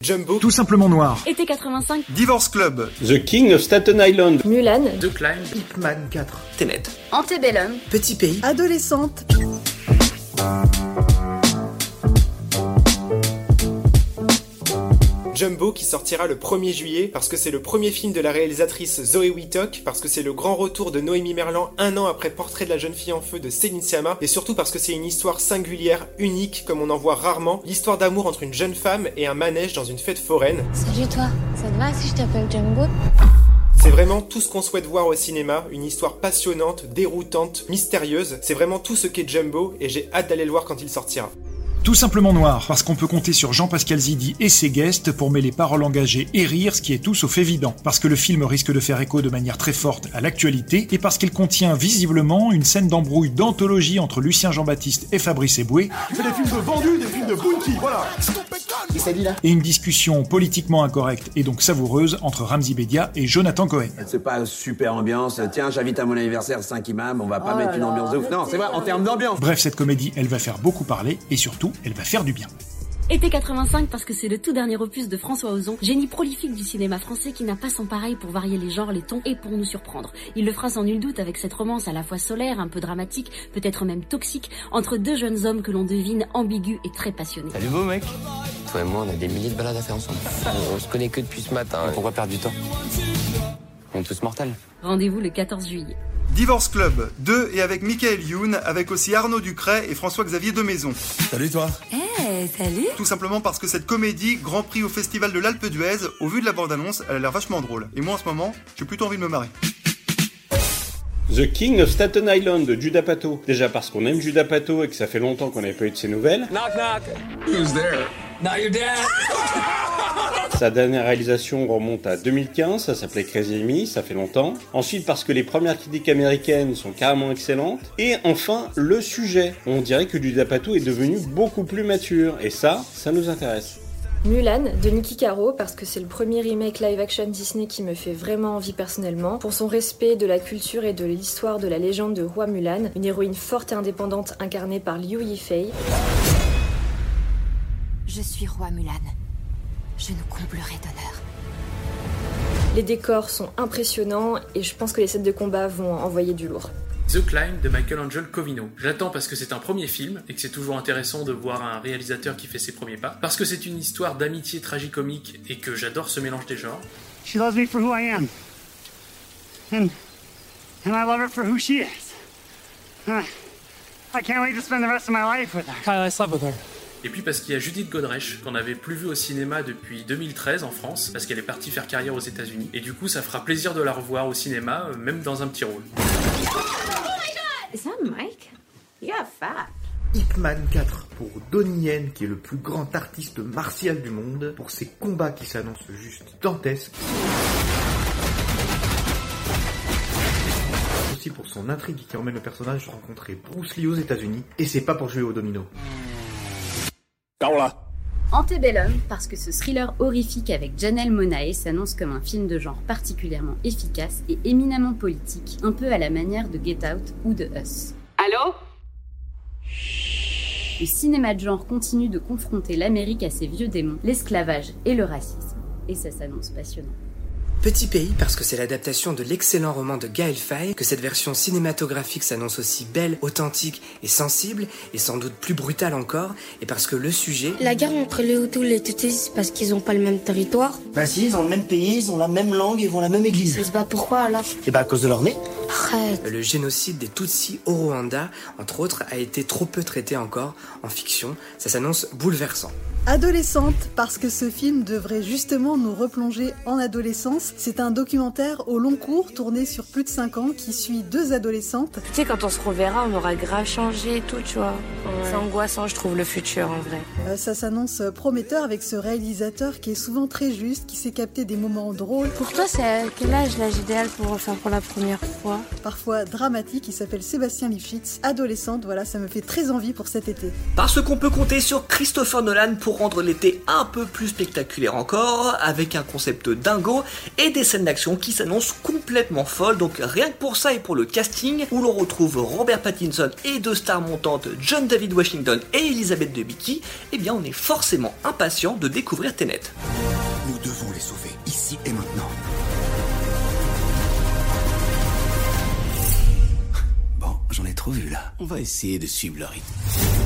Jumbo, Tout simplement noir. Été 85, Divorce Club, The King of Staten Island, Mulan, The Climb, Hitman 4. Tenet. Antebellum, Petit pays. Adolescente. Jumbo qui sortira le 1er juillet parce que c'est le premier film de la réalisatrice Zoé Wittock, parce que c'est le grand retour de Noémie Merlan un an après Portrait de la jeune fille en feu de Céline Sciamma, et surtout parce que c'est une histoire singulière, unique, comme on en voit rarement, l'histoire d'amour entre une jeune femme et un manège dans une fête foraine. Salut toi, ça te va si je t'appelle Jumbo C'est vraiment tout ce qu'on souhaite voir au cinéma, une histoire passionnante, déroutante, mystérieuse, c'est vraiment tout ce qu'est Jumbo, et j'ai hâte d'aller le voir quand il sortira. Tout simplement noir, parce qu'on peut compter sur Jean-Pascal Zidi et ses guests pour mêler paroles engagées et rire, ce qui est tout sauf évident, parce que le film risque de faire écho de manière très forte à l'actualité, et parce qu'il contient visiblement une scène d'embrouille d'anthologie entre Lucien Jean-Baptiste et Fabrice Eboué, C'est des films de vendus, des films de bounty, voilà. Et ça dit là et une discussion politiquement incorrecte et donc savoureuse entre Ramzi Bedia et Jonathan Cohen. C'est pas une super ambiance. Tiens, j'invite à mon anniversaire 5 imams, on va pas Oh mettre là une là, ambiance de ouf. Non, c'est vrai, en termes d'ambiance. Bref, cette comédie, elle va faire beaucoup parler, et surtout, elle va faire du bien. été 85 parce que c'est le tout dernier opus de François Ozon, génie prolifique du cinéma français qui n'a pas son pareil pour varier les genres, les tons et pour nous surprendre. Il le fera sans nul doute avec cette romance à la fois solaire, un peu dramatique, peut-être même toxique, entre deux jeunes hommes que l'on devine ambigus et très passionnés. Salut beau mec. Toi et moi, on a des milliers de balades à faire ensemble. On, on se connaît que depuis ce matin. Pourquoi perdre du temps On est tous mortels. Rendez-vous le 14 juillet. Divorce Club 2 et avec Michael Youn, avec aussi Arnaud Ducret et François-Xavier Demaison. Salut toi. salut Tout simplement parce que cette comédie, Grand Prix au Festival de l'Alpe d'Huez, au vu de la bande-annonce, elle a l'air vachement drôle. Et moi en ce moment, j'ai plutôt envie de me marrer. The King of Staten Island de Judas Pato. Déjà parce qu'on aime Judas Pato et que ça fait longtemps qu'on n'avait pas eu de ses nouvelles. Knock knock Who's there? Not your dad. Sa dernière réalisation remonte à 2015, ça s'appelait Crazy Amy, ça fait longtemps. Ensuite parce que les premières critiques américaines sont carrément excellentes. Et enfin, le sujet. On dirait que Judas Pato est devenu beaucoup plus mature. Et ça, ça nous intéresse. Mulan de Nicky Caro parce que c'est le premier remake live action Disney qui me fait vraiment envie personnellement pour son respect de la culture et de l'histoire de la légende de roi Mulan, une héroïne forte et indépendante incarnée par Liu Yifei. Je suis roi Mulan. Je nous comblerai d'honneur. Les décors sont impressionnants et je pense que les scènes de combat vont envoyer du lourd. The Climb de Michelangelo Covino. J'attends parce que c'est un premier film et que c'est toujours intéressant de voir un réalisateur qui fait ses premiers pas. Parce que c'est une histoire d'amitié tragicomique et que j'adore ce mélange des genres. She loves me for who I am. And, and I love her for who she is. Huh. I can't wait to spend the rest of my life with her. I slept with her. Et puis parce qu'il y a Judith Godrèche, qu'on n'avait plus vue au cinéma depuis 2013 en France, parce qu'elle est partie faire carrière aux États-Unis. Et du coup, ça fera plaisir de la revoir au cinéma, euh, même dans un petit rôle. Is that Mike? You got fat. Hitman 4 pour Donnie Yen, qui est le plus grand artiste martial du monde, pour ses combats qui s'annoncent juste dantesques. Aussi pour son intrigue qui emmène le personnage rencontrer Bruce Lee aux États-Unis, et c'est pas pour jouer au domino. Antebellum parce que ce thriller horrifique avec Janelle Monae s'annonce comme un film de genre particulièrement efficace et éminemment politique, un peu à la manière de Get Out ou de Us. Allô Le cinéma de genre continue de confronter l'Amérique à ses vieux démons, l'esclavage et le racisme. Et ça s'annonce passionnant. Petit pays. Parce que c'est l'adaptation de l'excellent roman de Gaël Faye, que cette version cinématographique s'annonce aussi belle, authentique et sensible, et sans doute plus brutale encore, et parce que le sujet... La guerre entre les Hutus et les Tutsis, c'est parce qu'ils ont pas le même territoire. Bah si, ils ont le même pays, ils ont la même langue, ils vont à la même église. Je sais pas pourquoi, là. Et bah à cause de leur nez. Arrête. Le génocide des Tutsis au Rwanda, entre autres, a été trop peu traité encore en fiction. Ça s'annonce bouleversant. Adolescente, parce que ce film devrait justement nous replonger en adolescence. C'est un documentaire au long cours tourné sur plus de 5 ans qui suit deux adolescentes. Tu sais, quand on se reverra, on aura grave changé et tout, tu vois. C'est angoissant, je trouve, le futur, en vrai. Euh, ça s'annonce prometteur avec ce réalisateur qui est souvent très juste, qui sait capter des moments drôles. Pour toi, c'est à quel âge l'âge idéal pour en faire pour la première fois parfois dramatique, il s'appelle Sébastien Lifshitz, adolescente, voilà, ça me fait très envie pour cet été. Parce qu'on peut compter sur Christopher Nolan pour rendre l'été un peu plus spectaculaire encore, avec un concept dingo et des scènes d'action qui s'annoncent complètement folles. Donc rien que pour ça et pour le casting, où l'on retrouve Robert Pattinson et deux stars montantes, John David Washington et Elisabeth Debicki, eh bien on est forcément impatient de découvrir Tenet. Nous devons les sauver ici et maintenant. Bon, j'en ai trop vu là. On va essayer de suivre le rythme.